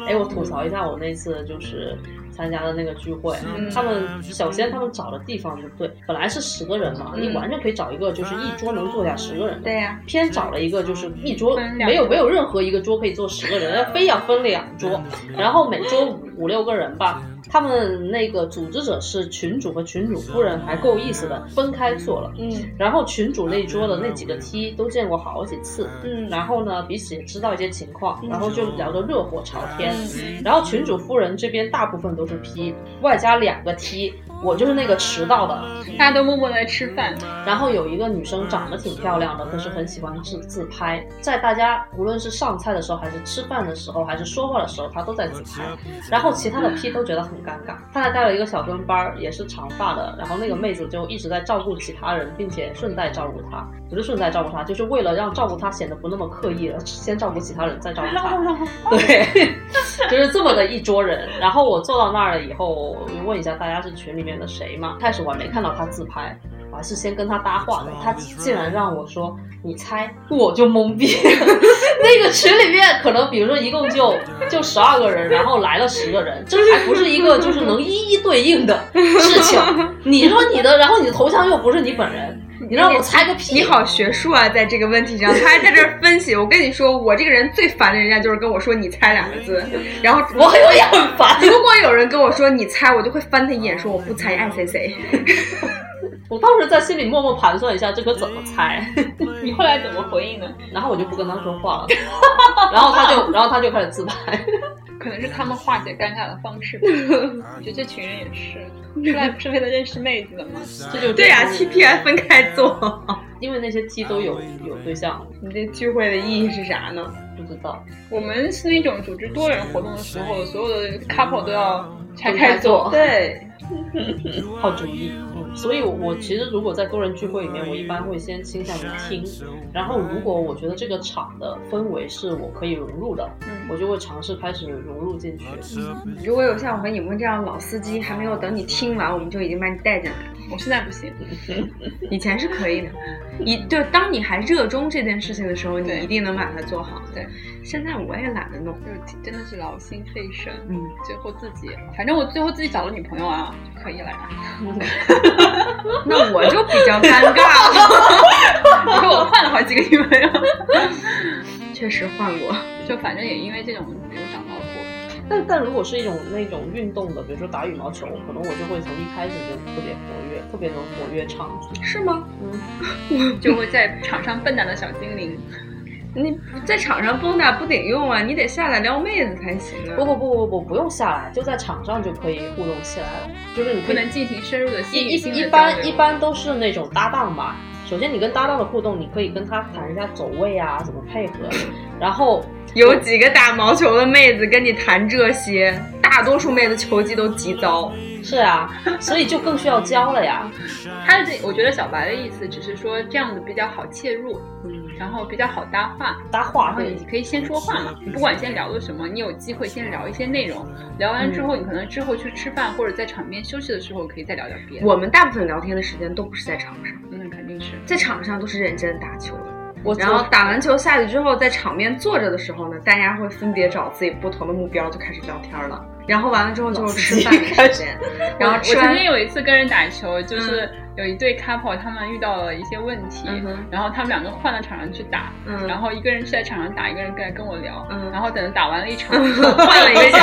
S4: 哎，我吐槽一下，我那次就是参加的那个聚会，他
S2: 啊
S4: 们首先他们找的地方就不对，本来是十个人嘛，你完全可以找一个就是一桌能坐下十个人的
S3: 对，呀、
S4: 偏找了一个就是一桌
S2: 分两
S4: 没有
S2: 桌
S4: 没有任何一个桌可以坐十个人，非要分两桌，
S2: 嗯
S4: 然后每桌五五六个人吧。他们那个组织者是群主和群主夫人，还够意思的，分开坐了。
S3: 嗯
S4: 然后群主那桌的那几个 T 都见过好几次，
S3: 嗯
S4: 然后呢彼此也知道一些情况，然后就聊得热火朝天。
S3: 嗯
S4: 然后群主夫人这边大部分都是 P，外加两个 T，我就是那个迟到的。
S2: 大家都默默地在吃饭，
S4: 然后有一个女生长得挺漂亮的，可是很喜欢自自拍，在大家无论是上菜的时候，还是吃饭的时候，还是说话的时候，她都在自拍。然后其他的 P 都觉得很尴尬。她还带了一个小跟班儿，也是长发的。然后那个妹子就一直在照顾其他人，并且顺带照顾她，不是顺带照顾她，就是为了让照顾她显得不那么刻意了，先照顾其他人，再照顾她。 <laughs> 对， <laughs> 就是这么的一桌人。然后我坐到那儿了以后，我就问一下大家是群里面的谁嘛？开始我还没看到他自拍，我还是先跟他搭话的。他竟然让我说你猜，我就懵逼。 <laughs> 那个群里面可能比如说一共就就十二个人，然后来了十个人，这还不是一个就是能一一对应的事情。你说你的，然后你的头像又不是你本人，你让我猜个屁！
S3: 你好学术啊，在这个问题上，他还在这儿分析。我跟你说，我这个人最烦的人家就是跟我说“你猜”两个字，然后
S4: 我有也很烦。
S3: 如果有人跟我说“你猜”，我就会翻他一眼，说我不猜，你爱谁谁。 <laughs>
S4: 我当时在心里默默盘算一下这个怎么猜。
S2: 你后来怎么回应呢？
S4: 然后我就不跟他说话了，然后他就，然后他就开始自拍。
S2: 可能是他们化解尴尬的方式吧。 <laughs> 我觉得这群人也是，出来不是为了认识妹子的吗？ <laughs>
S4: 这就
S3: 对呀、t p i 分开做。
S4: 因为那些 T 都有有对象，
S3: 你这聚会的意义是啥呢？
S4: 不知道
S2: 我们是那种组织多人活动的时候，所有的 couple 都要拆开坐。
S3: 对，
S2: <laughs>
S4: 好主意。嗯，所以我，我其实如果在多人聚会里面，我一般会先倾向于听，然后如果我觉得这个场的氛围是我可以融入的，
S2: 嗯
S4: 我就会尝试开始融入进去。
S3: 如果有像我和你们这样老司机，还没有等你听完，我们就已经把你带进来了。
S2: 我现在不行，
S3: 以前是可以的，你就当你还热衷这件事情的时候，你
S2: 对
S3: 一定能把它做好。
S2: 对，
S3: 现在我也懒得弄。
S2: 就真的是劳心费神。
S3: 嗯，
S2: 最后自己，反正我最后自己找了女朋友啊，就可以了呀。
S3: 那我就比较尴尬了。
S2: <laughs> 你说我换了好几个女朋友，
S3: 确实换过，
S2: 就反正也因为这种没有长到过。
S4: 但但如果是一种那种运动的，比如说打羽毛球，可能我就会从一开始就特别活跃，特别能活跃场子。
S3: 是吗？
S4: 嗯，
S2: 就会在场上笨蛋的小精灵，
S3: 你在场上蹦跶不顶用啊，你得下来撩妹子才行啊。
S4: 不不不不不，不用下来，就在场上就可以互动起来了。就是你可
S2: 不
S4: 以
S2: 能进行深入的心
S4: 一
S2: 理性
S4: 一
S2: 的
S4: 一
S2: 交
S4: 般
S2: 流
S4: 一般都是那种搭档吧，首先你跟搭档的互动，你可以跟他谈一下走位啊，怎么配合，然后
S3: 有几个打毛球的妹子跟你谈这些，大多数妹子球技都极糟。
S4: 是啊，所以就更需要教了呀。
S2: 他的这，我觉得小白的意思只是说这样子比较好切入，然后比较好搭话，
S4: 搭话
S2: 然后你
S4: 啊会，
S2: 可以先说话嘛，你不管先聊了什么，你有机会先聊一些内容，聊完
S4: 嗯
S2: 之后，你可能之后去吃饭或者在场边休息的时候，可以再聊聊别的。
S3: 我们大部分聊天的时间都不是在场上，
S2: 嗯，肯定是。
S3: 在场上都是认真打球的。
S4: 我
S3: 然后打完球下去之后，在场面坐着的时候呢，大家会分别找自己不同的目标，就开始聊天了。然后完了之后就是吃饭的时间，然后嗯
S2: <laughs> 我
S3: 吃
S2: 曾
S3: 完
S2: 经有一次跟人打球，就是有一对 couple，他们遇到了一些问题，
S3: 嗯哼
S2: 然后他们两个换了场上去打，
S3: 嗯
S2: 然后一个人是在场上打，一个人跟跟我聊，
S3: 嗯
S2: 然后等打完了一场，
S3: 换了一下，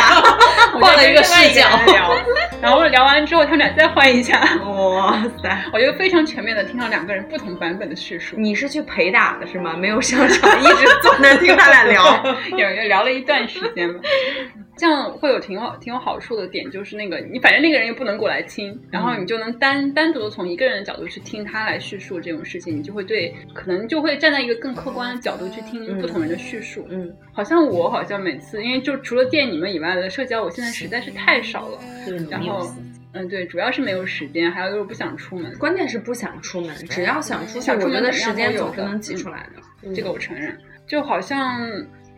S3: 换了一个视角。
S2: 我就跟另外一个人聊，然后聊完之后他们俩再换一下，
S3: <laughs>
S2: <laughs>
S3: 哇塞！
S2: 我就非常全面的听到两个人不同版本的叙述，
S3: 你是去陪打的是吗？没有上场，一直坐那儿听他俩聊。
S2: <laughs> 也也聊了一段时间嘛。这样会有挺有挺有好处的点，就是那个你反正那个人也不能过来听，然后你就能单单独的从一个人的角度去听他来叙述这种事情，你就会对可能就会站在一个更客观的角度去听
S3: 嗯
S2: 不同人的叙述。
S3: 嗯，
S2: 好像我好像每次因为就除了见你们以外的社交，我现在实在是太少了。
S4: 就是你
S2: 然
S4: 有
S2: 后嗯，对，主要是没有时间，还有就是不想出门，
S3: 关键是不想出门，只要想出去，
S2: 想
S3: 我
S2: 出门
S3: 觉得
S2: 怎么样
S3: 时间
S2: 都有
S3: 总是
S2: 的
S3: 能挤出来的。
S4: 嗯
S2: 这个我承认。就好像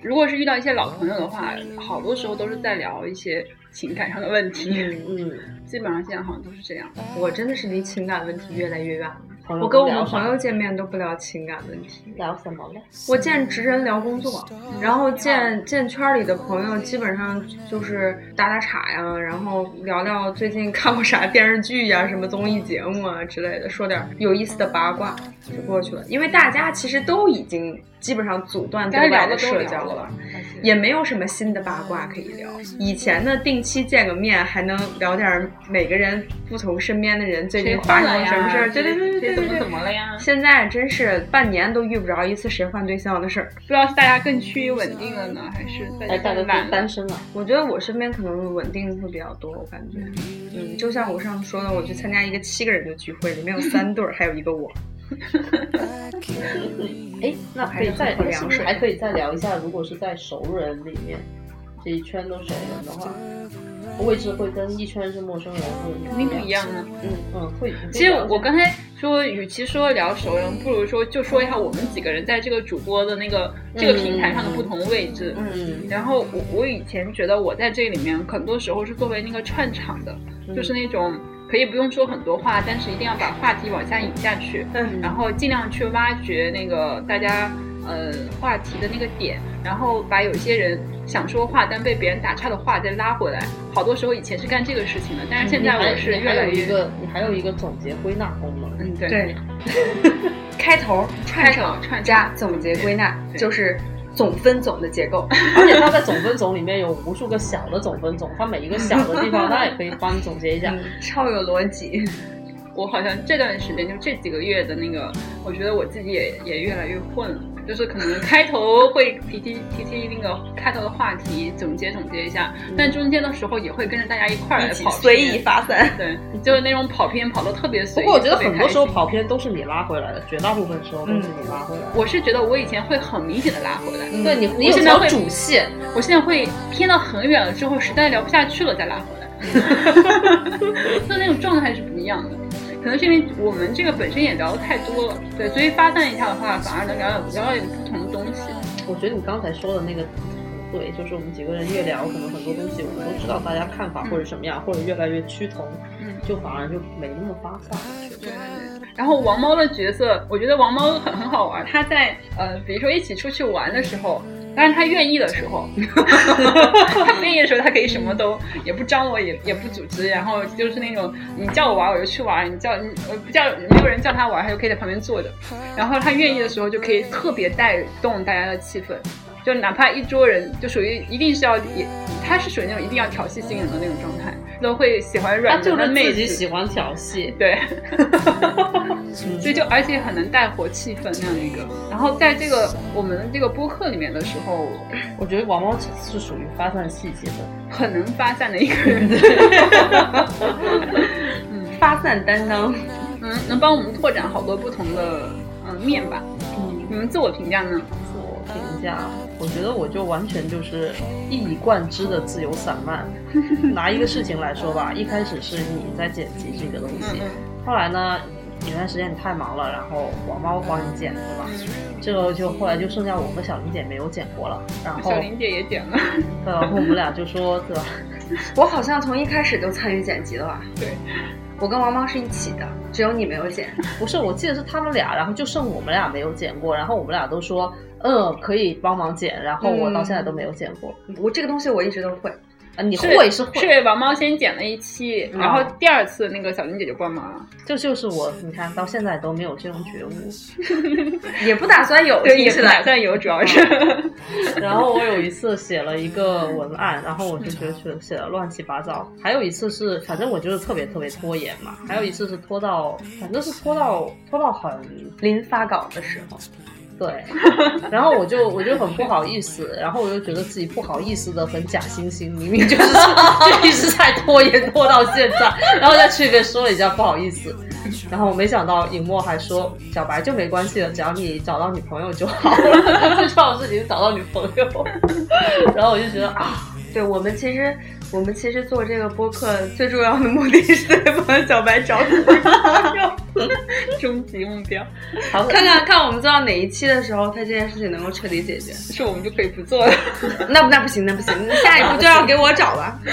S2: 如果是遇到一些老朋友的话，好多时候都是在聊一些情感上的问题。
S4: 嗯，
S2: 基本上现在好像都是这样。
S3: 我真的是离情感问题越来越远了。
S4: 朋友
S3: 我跟我们
S4: 聊啥
S3: 朋友见面都不聊情感问题，
S4: 聊什么嘞？
S3: 我见直人聊工作，然后
S2: 嗯
S3: 见见圈儿里的朋友，基本上就是打打岔呀，然后聊聊最近看过啥电视剧呀、什么综艺节目啊之类的，说点儿有意思的八卦就过去了。因为大家其实都已经基本上阻断
S2: 该
S3: 对
S2: 聊
S3: 外
S2: 的
S3: 的
S2: 都
S3: 社
S2: 聊
S3: 交
S2: 了
S3: 了。，也没有什么新的八卦可以聊。以前呢，定期见个面，还能聊点儿每个人不同身边的人最
S2: 谁
S3: 近
S2: 换
S3: 发生
S2: 了
S3: 了
S2: 呀？
S3: 什么事儿。对对对对对
S2: 谁怎
S3: 对
S2: 么
S3: 对
S2: 怎么了呀？
S3: 现在真是半年都遇不着一次谁换对象的事儿。
S2: 不知道是大家更趋于稳定了呢，还
S3: 嗯
S2: 是大
S4: 哎，大
S2: 家
S4: 家
S2: 更
S4: 都
S2: 懒了
S4: 单？身了，
S3: 我觉得我身边可能稳定会比较多，我感觉，嗯，就像我上次说的，我去参加一个七个人的聚会，里面有三对儿，还有一个我。
S2: 嗯
S4: 哎，那可以再
S3: 还是很
S4: 是
S3: 凉
S4: 不是
S3: 水
S4: 还可以再聊一下？如果是在熟人里面，这一圈都熟人的话，位置会跟一圈是陌生人会
S2: 肯定不一样啊！
S4: 嗯嗯，会。会
S2: 其实
S4: 聊一下
S2: 我刚才说，与其说聊熟人，不如说就说一下我们几个人在这个主播的那个这个平台上的不同位置。
S4: 嗯
S2: 然后我我以前觉得我在这里面很多时候是作为那个串场的，
S3: 嗯
S2: 就是那种可以不用说很多话，但是一定要把话题往下引下去，
S3: 嗯
S2: 然后尽量去挖掘那个大家呃话题的那个点，然后把有些人想说话但被别人打岔的话再拉回来。好多时候以前是干这个事情的，但是现在我是
S4: 你
S2: 越
S4: 还
S3: 嗯
S2: 来
S4: 有一
S2: 越
S4: 个你还有一个总结归纳功能。
S2: 嗯对
S3: <laughs> 对，开头串场
S2: 串场
S3: 加总结归纳，
S2: 对
S3: 就是总分总的结构。
S4: 而且它在总分总里面有无数个小的总分总，它每一个小的地方，它也可以帮你总结一下。
S3: 嗯，超有逻辑。
S2: 我好像这段时间就这几个月的那个，我觉得我自己也也越来越混了。就是可能开头会提提提提那个开头的话题，总结总结一下，
S4: 嗯
S2: 但中间的时候也会跟着大家一
S3: 嗯
S2: 块儿来跑偏
S3: 随意，发散，
S2: 对，就是那种跑偏跑的特别
S4: 不
S2: 随意。
S4: 过我觉得
S2: 特别
S4: 很多时候
S2: 开心，
S4: 跑偏都是你拉回来的，绝大部分时
S2: 嗯
S4: 候都是你拉回来的。
S2: 我是觉得我以前会很明显的拉回来，
S3: 嗯
S4: 对你，你
S2: 我
S4: 有
S2: 现在
S4: 条
S2: 会
S4: 主线，
S2: 我现在会偏到很远了之后，实在聊不下去了再拉回来， <laughs> 那那种状态是不一样的。可能是因为我们这个本身也聊的太多了，对，所以发散一下的话，反而能聊聊聊点不同的东西。
S4: 我觉得你刚才说的那个很对，就是我们几个人越聊，可能很多东西我们都知道大家看法或者什么样，或者越来越趋同，
S2: 嗯
S4: 就反而就没那么发散。确实
S2: 然后王猫的角色，我觉得王猫很很好玩。他在呃，比如说一起出去玩的时候，当然他愿意的时候，他
S4: <laughs>
S2: 不愿意的时候，他可以什么都也不张罗，也也不组织，然后就是那种你叫我玩我就去玩，你叫你呃不叫没有人叫他玩，他就可以在旁边坐着。然后他愿意的时候，就可以特别带动大家的气氛。就哪怕一桌人，就属于一定是要也，他是属于那种一定要挑衅新人的那种状态，都会喜欢
S4: 他
S2: 软
S4: 就
S2: 萌的
S4: 是
S2: 妹
S4: 自
S2: 子
S4: 己。喜欢调戏，
S2: <laughs> 对，所以就而且很能带活气氛那样的一个。然后在这个我们这个播客里面的时候，
S4: 我觉得王猫是属于发散细节的，
S2: 很能 <laughs> 发散的一个人。
S3: 发散担当。
S2: 嗯能能帮我们拓展好多不同的嗯面吧。你们自我评价呢？
S4: 自我评价，我觉得我就完全就是一以贯之的自由散漫。拿一个事情来说吧，一开始是你在剪辑这个东
S2: 嗯
S4: 西，后来呢，有段时间你太忙了，然后我猫帮你剪，对吧？这个就后来就剩下我和小林姐没有剪过了，然后
S2: 小林姐也剪了， <laughs>
S4: 对然后我们俩就说，对吧？ <laughs>
S3: 我好像从一开始就参与剪辑了吧？
S2: 对，
S3: 我跟王猫是一起的，只有你没有剪。
S4: 不是，我记得是他们俩，然后就剩我们俩没有剪过，然后我们俩都说，嗯，可以帮忙剪，然后我到现在都没有剪过。
S3: 我这个东西我一直都会，
S4: 啊，你会是会，
S2: 是王猫先剪了一期，
S4: 嗯
S2: 然后第二次那个小林姐就帮忙了。
S4: 这就是我，你看到现在都没有这种觉悟。
S3: 也不打算有。
S2: 对，
S3: 听
S2: 也
S3: 起
S2: 不打
S3: 来嗯
S2: 算有，主要是
S4: 然后我有一次写了一个文案，然后我就觉得写的乱七八糟。还有一次是，反正我就是特别特别拖延嘛。还有一次是拖到，反正是拖到拖到很
S3: 临发稿的时候，
S4: 对，然后我就我就很不好意思，然后我就觉得自己不好意思的很假惺惺，明明就是 <laughs> 就一直在拖延拖到现在，然后在区别说了一下不好意思，然后我没想到尹墨还说小白就没关系了，只要你找到女朋友就好了，最重要的事情是找到女朋友，然后我就觉得啊，
S3: 对我们其实我们其实做这个播客最重要的目的是在帮小白找女朋友。
S2: 终极目标，
S4: 好可
S3: <laughs> 看看看我们做到哪一期的时候，他这件事情能够彻底解决。
S2: 是我们就可以不做了。
S3: 那不那不行，那不行，那下一步就要给我找了。 <laughs>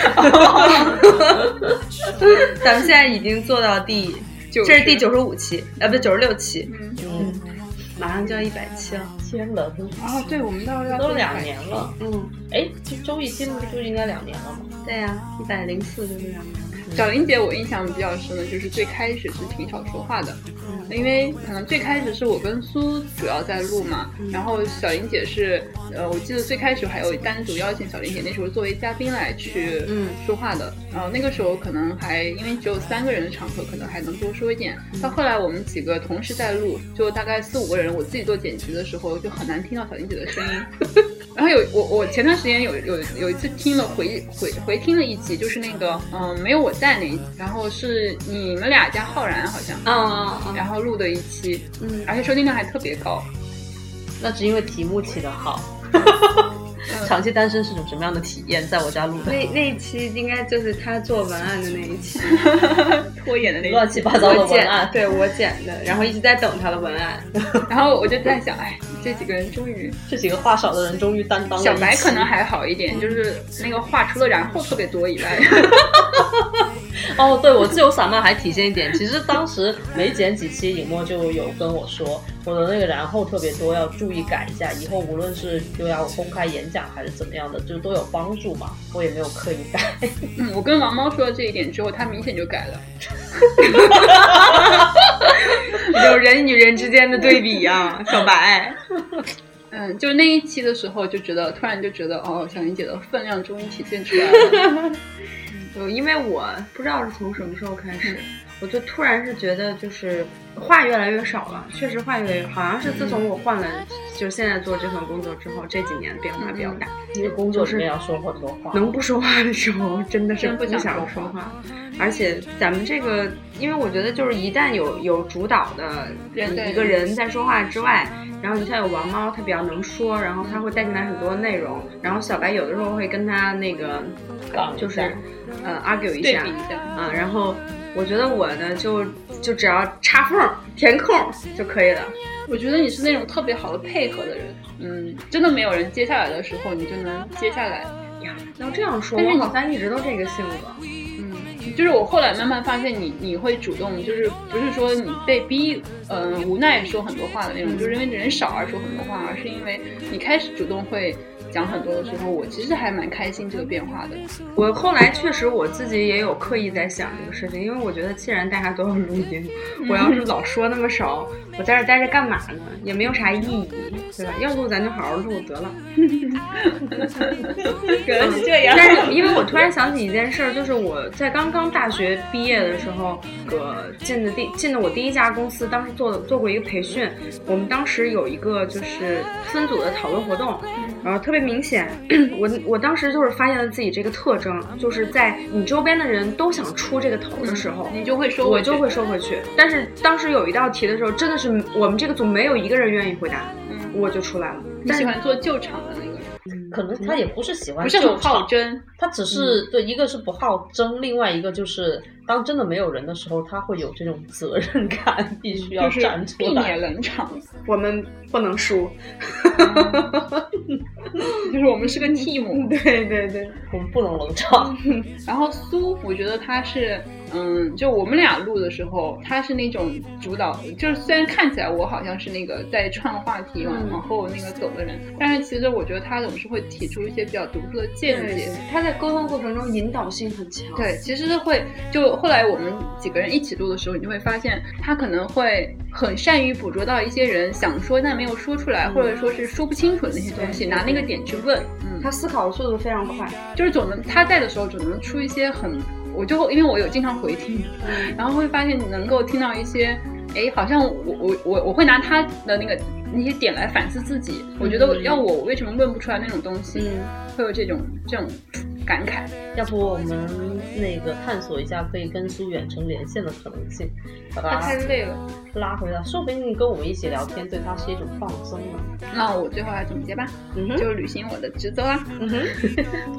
S3: 咱们现在已经做到第，
S2: 就
S3: 这是第九十五期，呃，不九十六期，
S4: 嗯，
S3: 马上就要一百期了。
S4: 天冷，
S2: 啊，对，我们到时候要
S4: 都
S2: 做
S4: 两年了，
S3: 嗯，
S4: 哎，这周易期不就应该两年了吗？
S3: 对呀、1一百零四就是这样。
S2: 小林姐，我印象比较深的就是最开始是挺少说话的，因为可能最开始是我跟苏主要在录嘛，然后小林姐是，呃，我记得最开始还有单独邀请小林姐，那时候作为嘉宾来去
S3: 嗯
S2: 说话的，然后那个时候可能还因为只有三个人的场合，可能还能多说一点。到后来我们几个同时在录，就大概四五个人，我自己做剪辑的时候就很难听到小林姐的声音。然后有我我前段时间有有有一次听了回回回听了一集，就是那个嗯、呃没有我在那一集，然后是你们俩加浩然好像，
S3: 嗯嗯
S2: 然后录的一期，
S3: 嗯，
S2: 而且收听量还特别高。
S4: 那是因为题目起得好。
S2: 嗯
S4: 长期单身是种什么样的体验？在我家录的
S3: 那那一期应该就是他做文案的那一期，
S2: 拖延的那
S4: 乱
S2: 一期，
S4: 七八糟的
S3: 我
S4: 文
S3: 剪
S4: 案，
S3: 对我剪的，然后一直在等他的文案。
S2: <laughs> 然后我就在想，哎，这几个人终于，
S4: 这几个话少的人终于担当了
S2: 小白
S4: 一期
S2: 可能还好一点，就是那个话除了然后特别多以
S4: <laughs>
S2: 外，
S4: 哦，对我自由散漫还体现一点。其实当时没剪几期，影墨就有跟我说，我的那个然后特别多，要注意改一下。以后无论是就要公开演讲还是怎么样的，就都有帮助嘛。我也没有刻意改，
S2: 嗯，我跟王猫说了这一点之后，他明显就改了。
S3: 有人与人之间的对比啊，小白。
S2: 嗯，就那一期的时候，就觉得突然就觉得，哦，小林姐的分量终于体现出来
S4: <laughs>
S2: 了。
S3: 就因为我不知道是从什么时候开始，我就突然是觉得就是话越来越少了，确实话越来越，好像是自从我换了，就是现在做这份工作之后，这几年变化比较大，
S4: 因为嗯工作里面要说很多话。
S3: 能不说话的时候真的是
S2: 真不
S3: 不
S2: 想
S3: 想
S2: 说
S3: 说
S2: 话
S3: 话，而且咱们这个，因为我觉得就是一旦有有主导的
S2: 对对
S3: 一个人在说话之外。然后你像有王猫，他比较能说，然后他会带进来很多内容。然后小白有的时候会跟他那个，
S4: 杠一下
S3: 就是，呃，argue 一
S2: 对
S3: 下
S2: 比，一下，嗯
S3: 啊，然后我觉得我呢，就就只要插缝儿填空儿就可以了。
S2: 我觉得你是那种特别好的配合的人。嗯，真的没有人接下来的时候，你就能接下来。
S3: 呀，要这样说，
S2: 但是
S3: 我
S2: 你
S3: 好像一直都这个性格。
S2: 嗯，就是我后来慢慢发现你，你会主动，就是不是说你被逼，嗯、无奈说很多话的那种，就是因为人少而说很多话，而是因为你开始主动会讲很多的时候，我其实还蛮开心这个变化的。
S3: 我后来确实我自己也有刻意在想这个事情，因为我觉得既然大家都要录音，我要是老说那么少，我在这儿待着干嘛呢？也没有啥意义，对吧？要录咱就好好录得了。
S6: <laughs> 原来是嗯这样。
S3: 但是因为我突然想起一件事儿，就是我在刚刚大学毕业的时候，呃，进的第进的我第一家公司，当时做做过一个培训，我们当时有一个就是分组的讨论活动，然后特别明显，我我当时就是发现了自己这个特征，就是在你周边的人都想出这个头的时候，
S6: 嗯
S2: 你就会收
S3: 哦我
S2: 回去，
S3: 就会收回去。但是当时有一道题的时候，真的是我们这个组没有一个人愿意回答，
S2: 嗯，
S3: 我就出来了。
S2: 你
S3: 但
S2: 喜
S3: 是
S2: 欢做救场的那个，
S4: 可能他也不是喜欢
S2: 不是
S4: 救
S2: 很
S4: 场
S2: 好嗯争，
S4: 他只是、对一个是不好争，另外一个就是当真的没有人的时候，他会有这种责任感，必须要
S2: 嗯就是
S4: 站出
S2: 避
S4: 来。
S2: 免冷场，
S3: 我们不能输，
S2: 就是我们是个 team。
S3: <laughs> 对对对，
S4: 我们不能冷场，
S2: 然后苏，我觉得他是，嗯，就我们俩录的时候，他是那种主导，就是虽然看起来我好像是那个在串话
S3: 嗯
S2: 题往、往后那个走的人，但是其实我觉得他总是会提出一些比较独特的见解。
S3: 他在沟通过程中引导性很强。
S2: 对，其实是会就后来我们几个人一起录的时候，你就会发现他可能会很善于捕捉到一些人想说但没有说出来，或者说是说不清楚的那些东西，
S3: 对
S2: 拿那个点去问。嗯，
S3: 他思考的速度非常快，
S2: 就是总能他在的时候，总能出一些很，我就因为我有经常回听，然后会发现你能够听到一些，哎，好像我我我我会拿他的那个那些点来反思自己。我觉得要我，我为什么问不出来那种东西，会有这种这种感慨。
S4: 要不我们那个探索一下可以跟苏远程连线的可能性，把
S2: 他太
S4: 他
S2: 累了，
S4: 拉回来，说不定跟我们一起聊天对他是一种放松呢。
S2: 那我最后来总结吧。
S3: 嗯哼，
S2: 就履行我的职责啦。
S3: 嗯哼，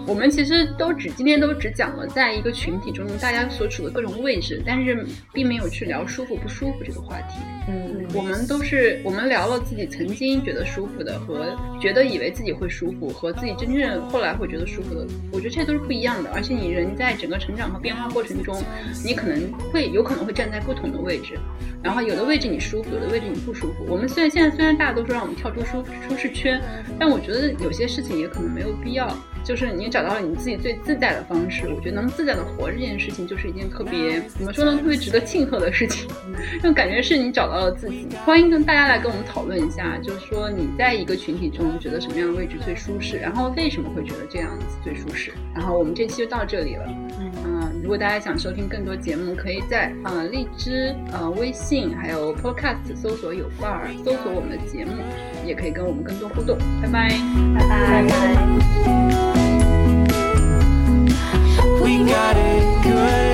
S2: 我们其实都只今天都只讲了在一个群体中大家所处的各种位置，但是并没有去聊舒服不舒服这个话题。
S4: 嗯，
S2: 我们都是我们聊了自己曾经觉得舒服的和觉得以为自己会舒服和自己真正后来会觉得舒服的，我觉得这都是不一样的。而且你人在整个成长和变化过程中，你可能会有可能会站在不同的位置，然后有的位置你舒服，有的位置你不舒服。我们虽然现在虽然大家都说让我们跳出舒舒适圈，但我觉得有些事情也可能没有必要。就是你找到了你自己最自在的方式，我觉得能自在的活着这件事情，就是一件特别怎么说呢，特别值得庆贺的事情。就感觉是你找到了自己。欢迎跟大家来跟我们讨论一下，就是说你在一个群体中觉得什么样的位置最舒适，然后为什么会觉得这样子最舒适。然后我们这期就到这里了。嗯、如果大家想收听更多节目，可以在呃荔枝、呃微信还有 Podcast 搜索有伴儿，搜索我们的节目，也可以跟我们更多互动。拜拜。
S6: 拜拜。
S1: We got it good.